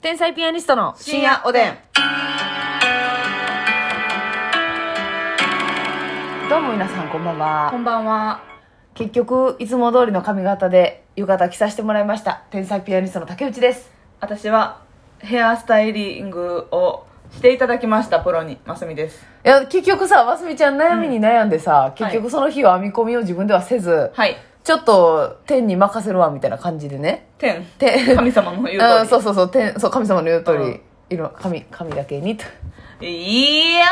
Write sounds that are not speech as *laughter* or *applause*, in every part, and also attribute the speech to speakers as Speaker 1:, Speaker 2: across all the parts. Speaker 1: 天才ピアニストの深夜おでん。どうも皆さんこんばん
Speaker 2: こ
Speaker 1: は。
Speaker 2: んばんは。
Speaker 1: 結局、いつも通りの髪型で浴衣着させてもらいました。天才ピアニストの竹内です。
Speaker 2: 私はヘアスタイリングをしていただきましたプロにますみです。
Speaker 1: いや、結局さ、ますみちゃん悩みに悩んでさ、
Speaker 2: うん
Speaker 1: 結局その日は編み込みを自分ではせず、
Speaker 2: はい。
Speaker 1: ちょっと天に任せるわみたいな感じでね。
Speaker 2: 天
Speaker 1: 天
Speaker 2: 神様の言う通り。
Speaker 1: うんそうそうそう天そう神様の言う通り、
Speaker 2: うん
Speaker 1: いろ神神だけにと
Speaker 2: いや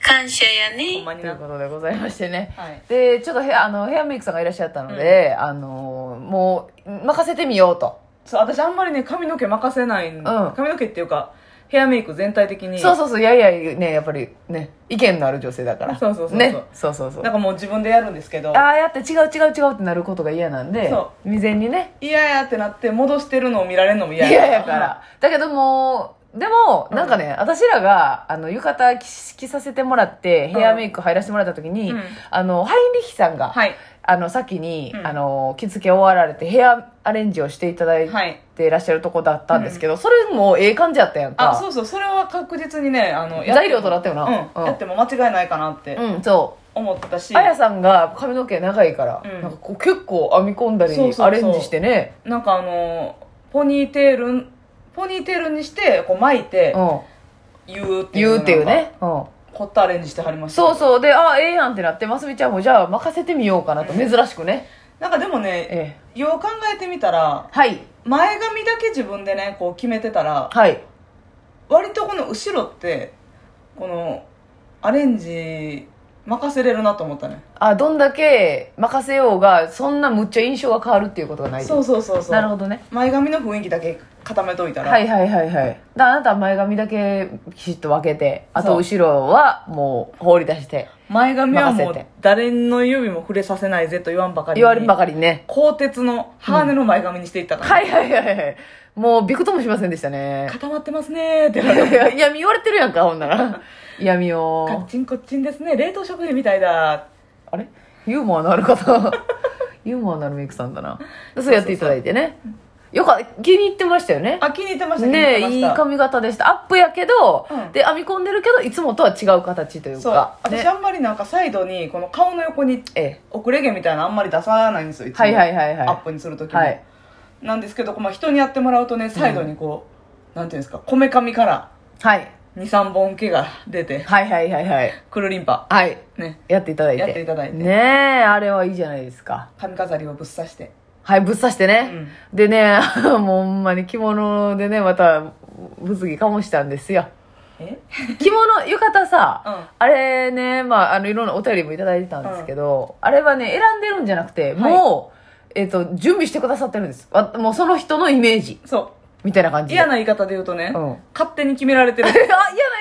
Speaker 3: 感謝や
Speaker 2: ー。ほん
Speaker 3: ね。
Speaker 2: まに
Speaker 1: という
Speaker 2: な。
Speaker 1: ことでございましてね、
Speaker 2: はい
Speaker 1: でちょっとヘアあのヘアメイクさんがいらっしゃったので、あのもう任せてみようと、
Speaker 2: そう私あんまりね髪の毛任せないん、
Speaker 1: ん
Speaker 2: 髪の毛っていうかヘアメイク全体的に。
Speaker 1: そうそうそういやいやねやっぱりね意見のある女性だから
Speaker 2: そうそうそうそう
Speaker 1: ねそうそうそう
Speaker 2: なんかもう自分でやるんですけど。
Speaker 1: ああやって違う違う違うってなることが嫌なんで
Speaker 2: そ
Speaker 1: 未然にね
Speaker 2: 嫌やってなって戻してるのを見られるのも嫌
Speaker 1: 嫌やから。だけどもうでもなんかね、私らがあの浴衣着着させてもらってヘアメイク入らせてもらった時に、
Speaker 2: うん
Speaker 1: あのハインリヒさんが、
Speaker 2: はい。
Speaker 1: あの先に、
Speaker 2: うん
Speaker 1: あの着付け終わられてヘアアレンジをしていただい
Speaker 2: はい。
Speaker 1: ていらっしゃるとこだったんですけど、それもええ感じやったやんか
Speaker 2: あ、そうそう、それは確実にね、あの、
Speaker 1: 材料となったよな
Speaker 2: うん。
Speaker 1: うん
Speaker 2: やっても間違いないかなって
Speaker 1: うんそ
Speaker 2: 思ったし。
Speaker 1: うあやさんが髪の毛長いから、
Speaker 2: うん
Speaker 1: なんかこう結構編み込んだり
Speaker 2: そうそうそう
Speaker 1: アレンジしてね
Speaker 2: なんかあのポニーテールポニーテールにしてこう巻いて言うって
Speaker 1: うん、
Speaker 2: いう
Speaker 1: 言うっていう
Speaker 2: なんか
Speaker 1: ね、うん、
Speaker 2: 凝ったアレンジしてはりました
Speaker 1: そうそうであええやんってなってますみちゃんもじゃあ任せてみようかなと珍しくね、
Speaker 2: なんかでもね
Speaker 1: ええ
Speaker 2: よう考えてみたら
Speaker 1: はい
Speaker 2: 前髪だけ自分でねこう決めてたら
Speaker 1: はい
Speaker 2: 割とこの後ろってこのアレンジ任せれるなと思ったね
Speaker 1: あどんだけ任せようがそんなむっちゃ印象が変わるっていうことがない
Speaker 2: そうそうそうそう
Speaker 1: なるほどね
Speaker 2: 前髪の雰囲気だけ固めといたら、
Speaker 1: はいはいはいはいだあなたは前髪だけきちっと分けてあ
Speaker 2: そ
Speaker 1: と
Speaker 2: う
Speaker 1: 後ろはもう放り出して
Speaker 2: 前髪はも
Speaker 1: 任
Speaker 2: う
Speaker 1: せて
Speaker 2: 誰の指も触れさせないぜと言わんばかりに
Speaker 1: 言われんばかりね
Speaker 2: 鋼鉄のハーネの前髪にしていったから、
Speaker 1: はいはいはいはいもうびくともしませんでしたね
Speaker 2: 固まってますねーってなる
Speaker 1: *laughs* 嫌味言われてるやんかほんなら嫌味
Speaker 2: カッ
Speaker 1: を
Speaker 2: チンコッチンですね冷凍食品みたいだ
Speaker 1: あれユーモアのある方ユーモアのあるメイクさんだなそうやっていただいてねよか気に入ってましたよね
Speaker 2: あ気に入ってました気
Speaker 1: ね
Speaker 2: に
Speaker 1: い
Speaker 2: 入
Speaker 1: い
Speaker 2: ってました
Speaker 1: 髪型でしたアップやけど、
Speaker 2: うん
Speaker 1: で編み込んでるけどいつもとは違う形という
Speaker 2: そう
Speaker 1: か
Speaker 2: 私
Speaker 1: ね
Speaker 2: あんまりなんかサイドにこの顔の横に
Speaker 1: ええ
Speaker 2: 遅れ毛みたいなのあんまり出さないんですよいつも
Speaker 1: はいはいはいはい
Speaker 2: アップにするときも、
Speaker 1: はい
Speaker 2: なんですけど、まあ、人にやってもらうとねサイドにこう、なんていうんですかこめかみから
Speaker 1: はい
Speaker 2: 23本毛が出て
Speaker 1: はいはいはいはい。
Speaker 2: くるりんぱ
Speaker 1: はい。
Speaker 2: ね
Speaker 1: やっていただいて。
Speaker 2: やっていただいて
Speaker 1: ねえ、あれはいいじゃないですか。
Speaker 2: 髪飾りをぶっ刺して
Speaker 1: はい、ぶっ刺してね。でね、 *laughs* もうほんまに着物でね、また、物議かもしたんです
Speaker 2: *laughs*
Speaker 1: よ。
Speaker 2: え
Speaker 1: 着物、浴衣さ、
Speaker 2: うん
Speaker 1: あれね、まあ、あの、いろんなお便りもいただいてたんですけど、あれはね、選んでるんじゃなくて、もう、えっ、と、準備してくださってるんです。わもうその人のイメージ、
Speaker 2: そ
Speaker 1: みたいな感
Speaker 2: う
Speaker 1: じで。
Speaker 2: 嫌な言い方で言うとね、
Speaker 1: うん *laughs*
Speaker 2: 勝手に決められてる
Speaker 1: あ、嫌な言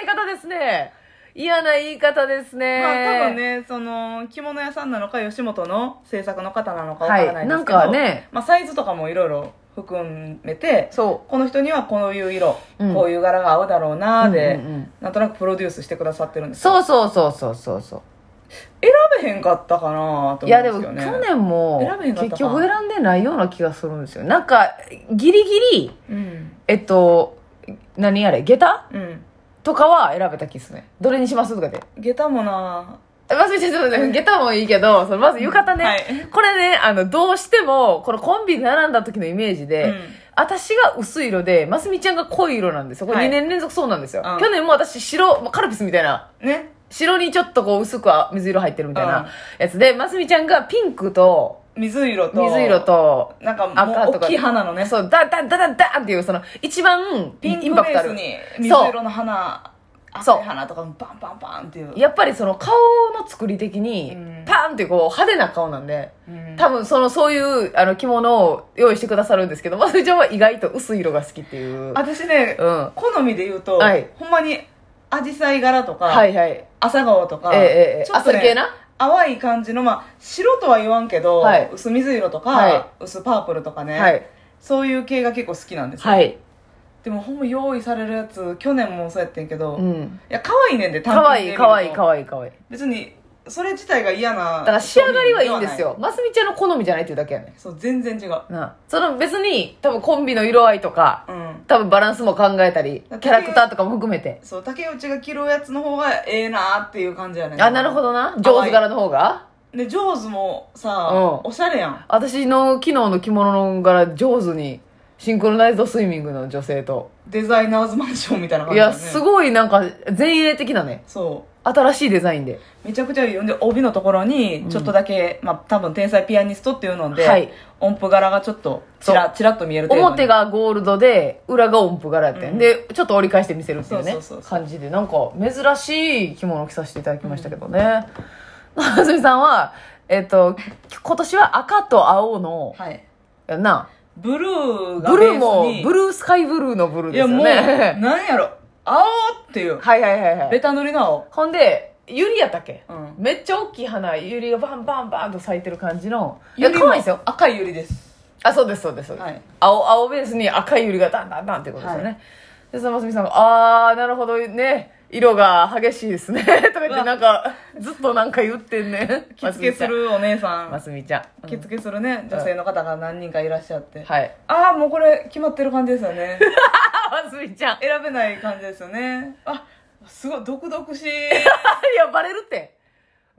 Speaker 1: い方ですね。嫌な言い方ですね。
Speaker 2: まあ、多分ねその着物屋さんなのか吉本の制作の方なのかわ
Speaker 1: は
Speaker 2: からない
Speaker 1: い、
Speaker 2: ん
Speaker 1: な
Speaker 2: で
Speaker 1: ん
Speaker 2: すけど、
Speaker 1: かね、
Speaker 2: まあ、サイズとかもいろいろ含めて
Speaker 1: そう。
Speaker 2: この人にはこういう色、
Speaker 1: うん
Speaker 2: こういう柄が合うだろうなーで、
Speaker 1: うんうんうん
Speaker 2: なんとなくプロデュースしてくださってるんです
Speaker 1: そうそうそうそうそうそう
Speaker 2: 選べへんかったかなと
Speaker 1: い
Speaker 2: 思う
Speaker 1: や
Speaker 2: ん
Speaker 1: で
Speaker 2: で
Speaker 1: すも
Speaker 2: けど
Speaker 1: 去
Speaker 2: ね
Speaker 1: 年も
Speaker 2: 選べへんかった
Speaker 1: 結
Speaker 2: か
Speaker 1: 局選んでないような気がするんですよなんかギリギリ
Speaker 2: うん
Speaker 1: えっと何あれ下駄
Speaker 2: うん
Speaker 1: とかは選べた気ですねどれにしますとかで
Speaker 2: 下駄もな
Speaker 1: えまずちょっと待って下駄もいいけどそのまず浴衣ね、
Speaker 2: はい
Speaker 1: これねあのどうしてもこのコンビに並んだ時のイメージで、
Speaker 2: うん
Speaker 1: 私が薄い色でますみちゃんが濃い色なんですよこれ
Speaker 2: はい
Speaker 1: 2年連続そうなんですよ、
Speaker 2: うん
Speaker 1: 去年も私白もうカルピスみたいな
Speaker 2: ね
Speaker 1: 白にちょっとこう薄くは水色入ってるみたい
Speaker 2: うん
Speaker 1: なやつで、ますみちゃんがピンクと
Speaker 2: 水色と
Speaker 1: 水色と、
Speaker 2: なんかもう
Speaker 1: 赤とか
Speaker 2: 大きい花のね
Speaker 1: そう、ダンダンダンダンダンっていう、その、一番
Speaker 2: ピンクベ
Speaker 1: インパクトあ
Speaker 2: ース
Speaker 1: る。
Speaker 2: に水色の花
Speaker 1: そう
Speaker 2: 赤い花とかバンバンバンっていう
Speaker 1: やっぱりその顔の作り的に
Speaker 2: うん、
Speaker 1: パーンってこう派手な顔なんで、
Speaker 2: うん
Speaker 1: 多分その、そういうあの着物を用意してくださるんですけど、ますみちゃんは意外と薄い色が好きっていう。
Speaker 2: 私ね、
Speaker 1: うん。は
Speaker 2: 好みで言うと、
Speaker 1: はい
Speaker 2: ほんまにアジサイ柄とか、
Speaker 1: いはい。
Speaker 2: 朝顔とか、
Speaker 1: ええええ
Speaker 2: ちょっと
Speaker 1: 朝
Speaker 2: ね
Speaker 1: 系な
Speaker 2: 淡い感じの、まあ、白とは言わんけど、
Speaker 1: はい
Speaker 2: 薄水色とか、
Speaker 1: は
Speaker 2: 薄パープルとかね、
Speaker 1: はい。
Speaker 2: そういう系が結構好きなんですよ、
Speaker 1: はい。
Speaker 2: でもほんま用意されるやつ去年もそうやってんけど、
Speaker 1: う
Speaker 2: い
Speaker 1: ん。
Speaker 2: や可愛いねんで
Speaker 1: かわいい、かわいい、か
Speaker 2: い
Speaker 1: わいい、かわいい。
Speaker 2: 別にそれ自体が嫌な
Speaker 1: だから仕上がりはいいんです
Speaker 2: 商品
Speaker 1: よ。ますみちゃんの好みじゃないっていうだけやね。
Speaker 2: ではないそう全然違う
Speaker 1: なその別に多分コンビの色合いとか
Speaker 2: うん
Speaker 1: 多分バランスも考えたり、キャラクターとかも含めて。
Speaker 2: そう竹内が着るやつの方がええなっていう感じやねん
Speaker 1: あ、なるほどな。上手柄の方が
Speaker 2: で上手もさ、
Speaker 1: うん
Speaker 2: おしゃれやん
Speaker 1: 私の昨日の着物の柄上手に、シンクロナイズドスイミングの女性と。
Speaker 2: デザイナーズマンションみたいな感
Speaker 1: い
Speaker 2: じや
Speaker 1: や、
Speaker 2: ね
Speaker 1: すごいなんか、前衛的なね。
Speaker 2: そう
Speaker 1: 新しいデザインで。
Speaker 2: めちゃくちゃ読んで帯のところにちょっとだけ、まあ多分天才ピアニストっていうので、
Speaker 1: はい
Speaker 2: 音符柄がちょっとちらちらっと見える程度に
Speaker 1: 表がゴールドで、裏が音符柄やったん、で、ちょっと折り返して見せるっていうね
Speaker 2: そうそうそうそう
Speaker 1: 感じで、なんか、珍しい着物を着させていただきましたけどね。 *laughs* なずみさんは、えっ、と、今年は赤と青の、
Speaker 2: はい
Speaker 1: な、
Speaker 2: ブルーが
Speaker 1: ブ
Speaker 2: ベ
Speaker 1: ル
Speaker 2: ース
Speaker 1: ー
Speaker 2: に
Speaker 1: も、ブルースカイブルーのブルー
Speaker 2: い
Speaker 1: で
Speaker 2: や
Speaker 1: すよ
Speaker 2: もう
Speaker 1: ね。
Speaker 2: なんやろ青っていう
Speaker 1: はいはいはいは
Speaker 2: ベ
Speaker 1: い。
Speaker 2: タ塗りの青
Speaker 1: ほんで、ユリやったっけ、
Speaker 2: うん
Speaker 1: めっちゃ大きい花、ユリがバンバンバンと咲いてる感じの。い
Speaker 2: ユ
Speaker 1: や、
Speaker 2: リも
Speaker 1: 可愛いですよ。
Speaker 2: 赤いユリです
Speaker 1: あ、そうです、そうです、そうです。
Speaker 2: はい
Speaker 1: 青、青ベースに赤いユリがダンダンダンってことですよね。で、そのますみさんが、あー、なるほどね、色が激しいですね。とか言っ
Speaker 2: う
Speaker 1: て、
Speaker 2: わ
Speaker 1: なんか、ずっとなんか言ってんね。
Speaker 2: 着付けするお姉さ
Speaker 1: ます
Speaker 2: ん
Speaker 1: みちゃん。ますみちゃん。
Speaker 2: 着付けするね女性の方が何人かいらっしゃって、
Speaker 1: はい。
Speaker 2: ああもうこれ決まってる感じですよね
Speaker 1: あ、ますみちゃん。い
Speaker 2: 選べない感じですよねあすごい毒々 *laughs* しい
Speaker 1: や、バレるって。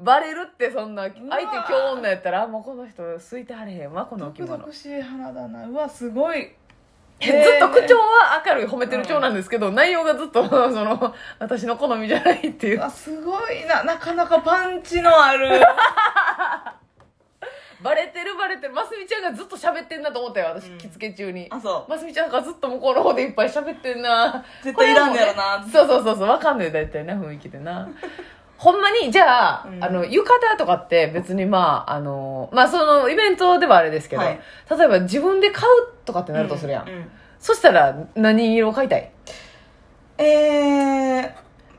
Speaker 1: バレるって、そんな、相手
Speaker 2: わ
Speaker 1: 今日女やったら、あもうこの人、空いてはれへんわ、このお着
Speaker 2: 毒
Speaker 1: 物。
Speaker 2: 々しい花だなうわすごい
Speaker 1: ずっと口調は明るい褒めてる調なんですけど、内容がずっと、 *laughs* その、私の好みじゃないっていう。
Speaker 2: あすごいななかなかパンチのある
Speaker 1: バレてるバレてる。ますみちゃんがずっと喋ってんなと思ったよ、私、
Speaker 2: うん
Speaker 1: 着付け中に。
Speaker 2: *laughs* あそう
Speaker 1: ますみちゃんがずっと向こうの方でいっぱい喋ってんな。
Speaker 2: 絶対いらんのやろな
Speaker 1: これはもうねそうそうそうそう、わかんない大体な、雰囲気でな。
Speaker 2: *laughs*
Speaker 1: ほんまに、じゃあ、
Speaker 2: うん
Speaker 1: あの、浴衣とかって別にまあ、あの、まあそのイベントではあれですけど、
Speaker 2: はい
Speaker 1: 例えば自分で買うとかってなるとするやん。
Speaker 2: うう
Speaker 1: そしたら何色買いたい
Speaker 2: えー、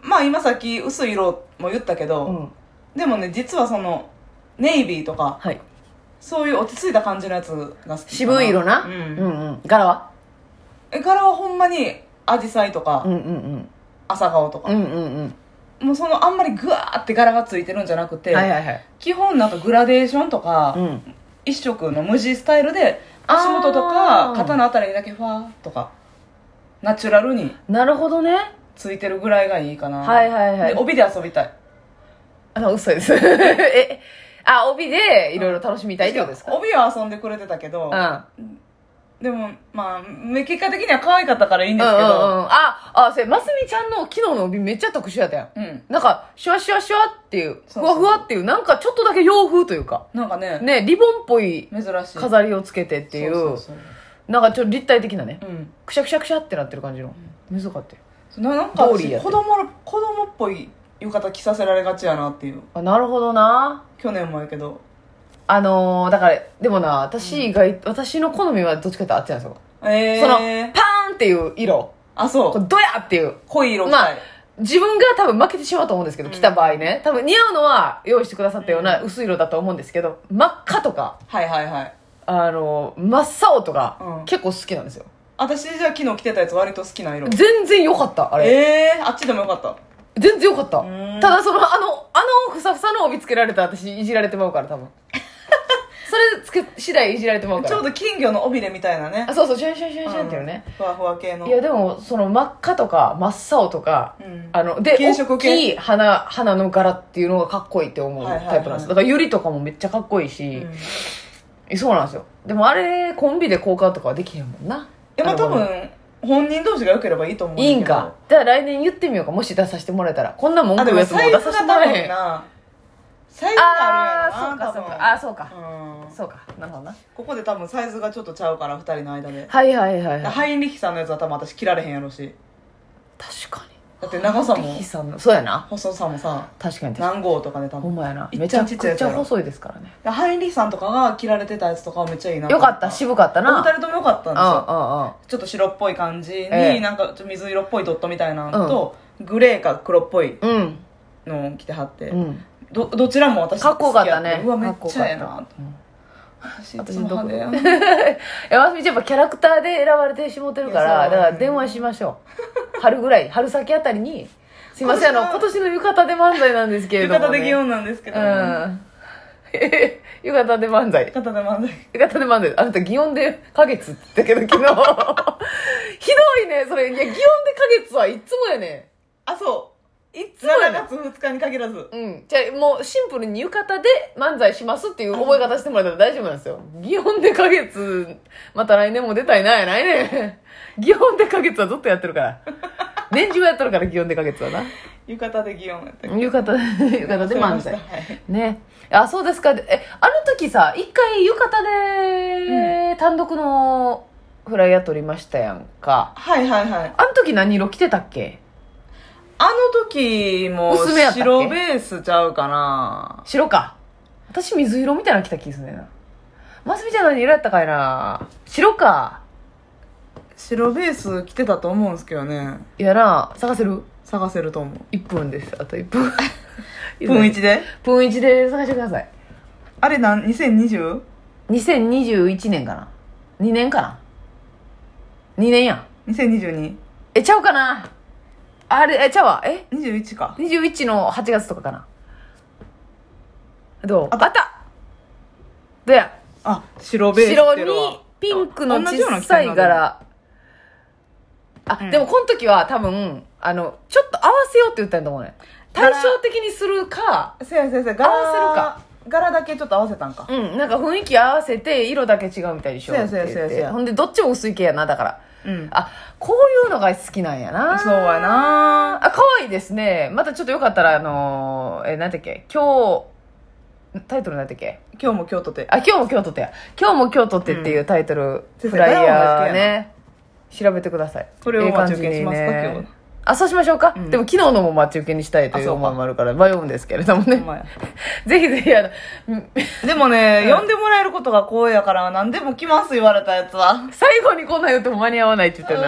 Speaker 2: まあ今さっき薄い色も言ったけど、
Speaker 1: うん。
Speaker 2: でもね実はそのネイビーとか
Speaker 1: はい。
Speaker 2: そういう落ち着いた感じのやつが好き
Speaker 1: 渋い色な。
Speaker 2: うん
Speaker 1: うんうん。柄は
Speaker 2: え柄はほんまにアジサイとか、
Speaker 1: うんうん
Speaker 2: 朝顔と
Speaker 1: うん。う
Speaker 2: か、
Speaker 1: んうんうん。
Speaker 2: もうそのあんまりグワーって柄がついてるんじゃなくて、
Speaker 1: はいはいはい。
Speaker 2: 基本なんかグラデーションとか、
Speaker 1: うん。
Speaker 2: 一色の無地スタイルで足元と
Speaker 1: あ
Speaker 2: か
Speaker 1: ー
Speaker 2: 肩のあたりだけファーとかナチュラルに
Speaker 1: なるほどね。
Speaker 2: ついてるぐらいがいいかな
Speaker 1: はいはいはい
Speaker 2: で帯で遊びたい
Speaker 1: あ、嘘です。 *laughs* え、あ、帯でいろいろ楽しみたいってことですか
Speaker 2: 帯は遊んでくれてたけど、
Speaker 1: うん。
Speaker 2: でもまあめ結果的には可愛かったからいいん
Speaker 1: うんうんう
Speaker 2: で
Speaker 1: ん。
Speaker 2: すけど
Speaker 1: あ、あ、せ、ますみちゃんの昨日の帯めっちゃ特殊やったやん。
Speaker 2: うん、
Speaker 1: なんか、シュワシュワシュワっていう、ふ
Speaker 2: そうそう
Speaker 1: わふわっていう、なんかちょっとだけ洋風というか、
Speaker 2: なんかね
Speaker 1: ね、リボンっぽい
Speaker 2: 珍しいっ
Speaker 1: 飾りをつけてっていう、
Speaker 2: そうそう
Speaker 1: なんかちょっと立体的なね、
Speaker 2: そううん
Speaker 1: くしゃくしゃくしゃってなってる感じの。難かったよ。
Speaker 2: ななんか
Speaker 1: ドーリーやって
Speaker 2: 子供の子供っぽい浴衣着させられがちやなっていう
Speaker 1: あ、なるほどな。
Speaker 2: 去年もやけど
Speaker 1: あのー、だから、でもな、私以外、私の好みはどっちかってあっちなんですよ。
Speaker 2: ええ
Speaker 1: その、パ
Speaker 2: ー、
Speaker 1: ーンっていう色、
Speaker 2: あそ
Speaker 1: こ
Speaker 2: う
Speaker 1: うドヤっていう、
Speaker 2: 濃い色
Speaker 1: ま
Speaker 2: た
Speaker 1: あ
Speaker 2: い、
Speaker 1: 自分が多分負けてしまうと思うんですけど、
Speaker 2: うん
Speaker 1: 来た場合ね。多分似合うのは用意してくださったような
Speaker 2: う
Speaker 1: 薄い色だと思うんですけど、真っ赤とか、
Speaker 2: はいはいはい
Speaker 1: あの、真っ青と
Speaker 2: う
Speaker 1: か
Speaker 2: ん、
Speaker 1: 結構好きなんですよ。
Speaker 2: 私じゃあ昨日着てたやつ割と好きな色
Speaker 1: 全然良かった、あれ。
Speaker 2: ええー、あっちでもよかった
Speaker 1: 全然良かった
Speaker 2: ー。ん
Speaker 1: ただその、あの、あのふさふさの帯つけられた私、いじられてまうから、多
Speaker 2: *laughs*
Speaker 1: 分。それつけ、次第いじられてまうか
Speaker 2: ち
Speaker 1: ら。
Speaker 2: ょうど金魚の尾びれみたいなね
Speaker 1: あ、そうそう、シャンシャンシャンシャンっていうね。
Speaker 2: んふわふわ系の
Speaker 1: いや、でも、その真っ赤とか、真っ青とか、
Speaker 2: うん
Speaker 1: あの、で、
Speaker 2: 原色
Speaker 1: 大
Speaker 2: 系
Speaker 1: きい花、花の柄っていうのがかっこいいって思う
Speaker 2: はいはいはい
Speaker 1: タイプなんです。だから、ユリとかもめっちゃかっこいいし、
Speaker 2: うん
Speaker 1: えそうなんですよでもあれコンビで交換とかはできへんもんな
Speaker 2: えまあ
Speaker 1: なる
Speaker 2: 多
Speaker 1: ほど
Speaker 2: 分本人同士が良ければいいと思うんだ
Speaker 1: い
Speaker 2: けど
Speaker 1: いんかじゃあ来年言ってみようかもし出させてもらえたらこんな文
Speaker 2: あ
Speaker 1: 句
Speaker 2: で
Speaker 1: 言う
Speaker 2: も
Speaker 1: やつも
Speaker 2: サイ
Speaker 1: 出
Speaker 2: ズが
Speaker 1: させて
Speaker 2: 多
Speaker 1: もらえへ
Speaker 2: 分
Speaker 1: んあ
Speaker 2: なサイズがあ
Speaker 1: あ
Speaker 2: る
Speaker 1: ーそう
Speaker 2: やろ
Speaker 1: か
Speaker 2: な多
Speaker 1: そう
Speaker 2: 分
Speaker 1: かあーそうか
Speaker 2: うん
Speaker 1: そうかなるほどな
Speaker 2: ここで多分サイズがちょっとちゃうから二人の間で
Speaker 1: はいはいはいはい
Speaker 2: ハインリヒさんのやつは多分私切られへんやろし
Speaker 1: 確かに
Speaker 2: だって長さ
Speaker 1: リ
Speaker 2: も
Speaker 1: ヒさんのそうやな
Speaker 2: 細さもさ
Speaker 1: 確かに確か
Speaker 2: 何号とかで多
Speaker 1: にほ
Speaker 2: 分
Speaker 1: んまやな
Speaker 2: 一
Speaker 1: めちゃ
Speaker 2: 番
Speaker 1: く
Speaker 2: ちっちゃいやつ
Speaker 1: ち
Speaker 2: や
Speaker 1: ゃ
Speaker 2: ろ
Speaker 1: 細いですからね
Speaker 2: ハインリヒさんとかが切られてたやつとかはめっちゃいいな
Speaker 1: よかった渋かった
Speaker 2: お二
Speaker 1: な
Speaker 2: 人ともよかったんですよ
Speaker 1: う
Speaker 2: ちょっと白っぽい感じに、
Speaker 1: ええ
Speaker 2: なんかちょっと水色っぽいドットみたいなのと、グレーか黒っぽい
Speaker 1: んうんうん
Speaker 2: のを着てはって、
Speaker 1: うんうん
Speaker 2: どどちらも私
Speaker 1: かっこよかった
Speaker 2: 好きや
Speaker 1: ね
Speaker 2: てうわめっ
Speaker 1: かこよ
Speaker 2: ち
Speaker 1: か
Speaker 2: ゃ
Speaker 1: っ
Speaker 2: ええ
Speaker 1: た
Speaker 2: な
Speaker 1: うん
Speaker 2: 私い
Speaker 1: 私
Speaker 2: つも
Speaker 1: どこ
Speaker 2: 派手やな
Speaker 1: 山ちゃんやっぱキャラクターで選ばれてしもてるか
Speaker 2: い
Speaker 1: ら
Speaker 2: や
Speaker 1: だ
Speaker 2: そう
Speaker 1: から電話しましょう春ぐらい春先あたりにすいませんあの今
Speaker 2: 今
Speaker 1: 年の浴衣で漫才なんですけれど
Speaker 2: 浴
Speaker 1: も、ね、
Speaker 2: 衣で祇園なんですけど、
Speaker 1: うん *laughs* えへへ浴衣で漫才
Speaker 2: 浴衣で漫才
Speaker 1: 浴衣で漫才あなた祇園で花月って言ったけど昨日 *laughs* ひどいいね、それ。いや、祇園で花月はいつもやね
Speaker 2: あ、そ
Speaker 1: ん。いつ
Speaker 2: う。
Speaker 1: もや
Speaker 2: 7
Speaker 1: ねん。
Speaker 2: 月2日に限らず。
Speaker 1: うん。じゃあもうシンプルに浴衣で漫才しますっていう覚え方してもらったら大丈夫なんですよ。祇園で花月、また来年も出たいなやないねん。 *laughs* 祇園で花月はずっとやってるから。年中やってるから、祇園で花月はな。
Speaker 2: 浴衣で祇園やったっけ
Speaker 1: 浴衣で、浴衣で漫才。
Speaker 2: はい
Speaker 1: ね。あ、そうですか。え、あの時さ、一回浴衣で単独のフライヤー撮りましたやんか。
Speaker 2: はいはいはい。
Speaker 1: あの時何色着てたっけ
Speaker 2: あの時も
Speaker 1: 薄めやったっけ
Speaker 2: 白ベースちゃうかな。
Speaker 1: 白か。私水色みたいなの着た気がするねんな。マスみたいなのに色やったかいな。白か。
Speaker 2: 白ベース着てたと思うんですけどね。
Speaker 1: いやな、探せる
Speaker 2: 探せると思う。
Speaker 1: ?1 分です。あと1分。
Speaker 2: *laughs* 分1。で
Speaker 1: 分1で探してください。
Speaker 2: あれなん ?2020?2021
Speaker 1: 2021年かな ?2 年かな ?2 年やん。
Speaker 2: 2022?
Speaker 1: え、ちゃうかなあれ、え、ちゃうわ。え
Speaker 2: 21か。
Speaker 1: 21の8月とかかなどうあ
Speaker 2: あった
Speaker 1: ったどうや
Speaker 2: あ、白ベース着
Speaker 1: 白
Speaker 2: てるわ
Speaker 1: にピンクの
Speaker 2: 同じような
Speaker 1: 小
Speaker 2: 着て
Speaker 1: さ
Speaker 2: る
Speaker 1: い
Speaker 2: な
Speaker 1: 柄あ、
Speaker 2: うん
Speaker 1: でもこの時は多分あのちょっと合わせようって言ったんやと思うね対照的にするか
Speaker 2: せやせやせや、
Speaker 1: 合わせるか。
Speaker 2: 柄だけちょっと合わせたんか。
Speaker 1: うんなんか雰囲気合わせて色だけ違うみたいにしようって
Speaker 2: そうやそう
Speaker 1: 言
Speaker 2: や
Speaker 1: っ
Speaker 2: そうやそう
Speaker 1: て
Speaker 2: や
Speaker 1: ほんでどっちも薄い系やなだから
Speaker 2: うん。
Speaker 1: あこういうのが好きなんやな
Speaker 2: そうやな
Speaker 1: あ、可愛いですね。またちょっとよかったら、あのー、え、なんだっけ、今日、タイトルなんだっけ
Speaker 2: 今日も京都で。
Speaker 1: あ、今日も京都ってや。今日も京都ってっていうタイトル、
Speaker 2: 先生
Speaker 1: フライヤーね。調べてください。
Speaker 2: これを
Speaker 1: ええ感じ
Speaker 2: 待ち受けしますか
Speaker 1: に
Speaker 2: 今日
Speaker 1: あ、そうしましょうか。
Speaker 2: うん
Speaker 1: でも昨日のも待ち受けにしたいとい
Speaker 2: あ
Speaker 1: う
Speaker 2: そうか
Speaker 1: 思いもあるから、迷うんですけれども
Speaker 2: ほ
Speaker 1: ね
Speaker 2: ん。まや
Speaker 1: *laughs* ぜひぜひ、あの、 *laughs* ん
Speaker 2: でもね、
Speaker 1: うん
Speaker 2: 呼んでもらえることが光栄やから、何でも来ます言われたやつは。
Speaker 1: 最後にこんなん言っても間に合わないって言ってるの